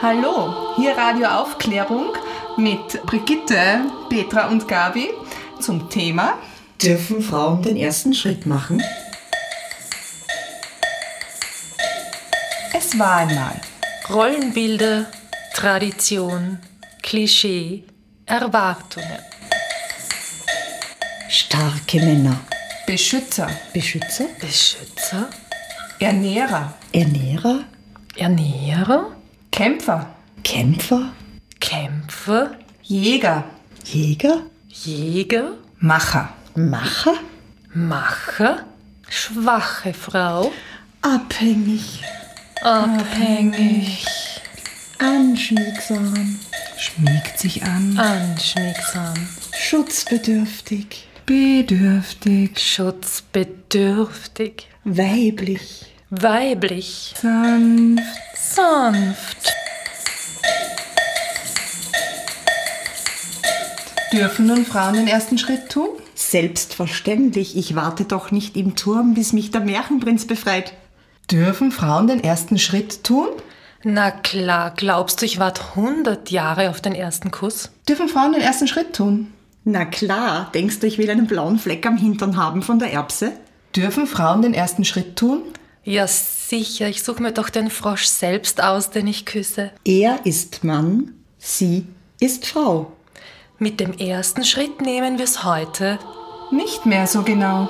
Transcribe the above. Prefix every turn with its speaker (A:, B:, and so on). A: Hallo, hier Radio Aufklärung mit Brigitte, Petra und Gabi zum Thema
B: Dürfen Frauen den ersten Schritt machen?
A: Es war einmal.
C: Rollenbilder, Tradition, Klischee, Erwartungen.
B: Starke Männer.
A: Beschützer,
B: Beschützer?
C: Beschützer,
A: Ernährer,
B: Ernährer?
C: Ernährer,
A: Kämpfer,
B: Kämpfer?
C: Kämpfer,
A: Jäger,
B: Jäger?
C: Jäger,
A: Macher.
B: Macher?
C: Macher, schwache Frau,
B: Abhängig.
C: abhängig,
B: Anschmiegsam.
A: Schmiegt sich an.
C: anschmiegsam,
B: Schutzbedürftig.
A: Bedürftig,
C: schutzbedürftig,
B: Weiblich.
C: weiblich,
A: sanft.
C: sanft.
A: Dürfen nun Frauen den ersten Schritt tun?
B: Selbstverständlich. Ich warte doch nicht im Turm, bis mich der Märchenprinz befreit.
A: Dürfen Frauen den ersten Schritt tun?
C: Na klar, glaubst du, ich warte 100 Jahre auf den ersten Kuss?
A: Dürfen Frauen den ersten Schritt tun?
B: Na klar, denkst du, ich will einen blauen Fleck am Hintern haben von der Erbse?
A: Dürfen Frauen den ersten Schritt tun?
C: Ja, sicher, ich suche mir doch den Frosch selbst aus, den ich küsse.
B: Er ist Mann, sie ist Frau.
C: Mit dem ersten Schritt nehmen wir's heute.
A: Nicht mehr so genau.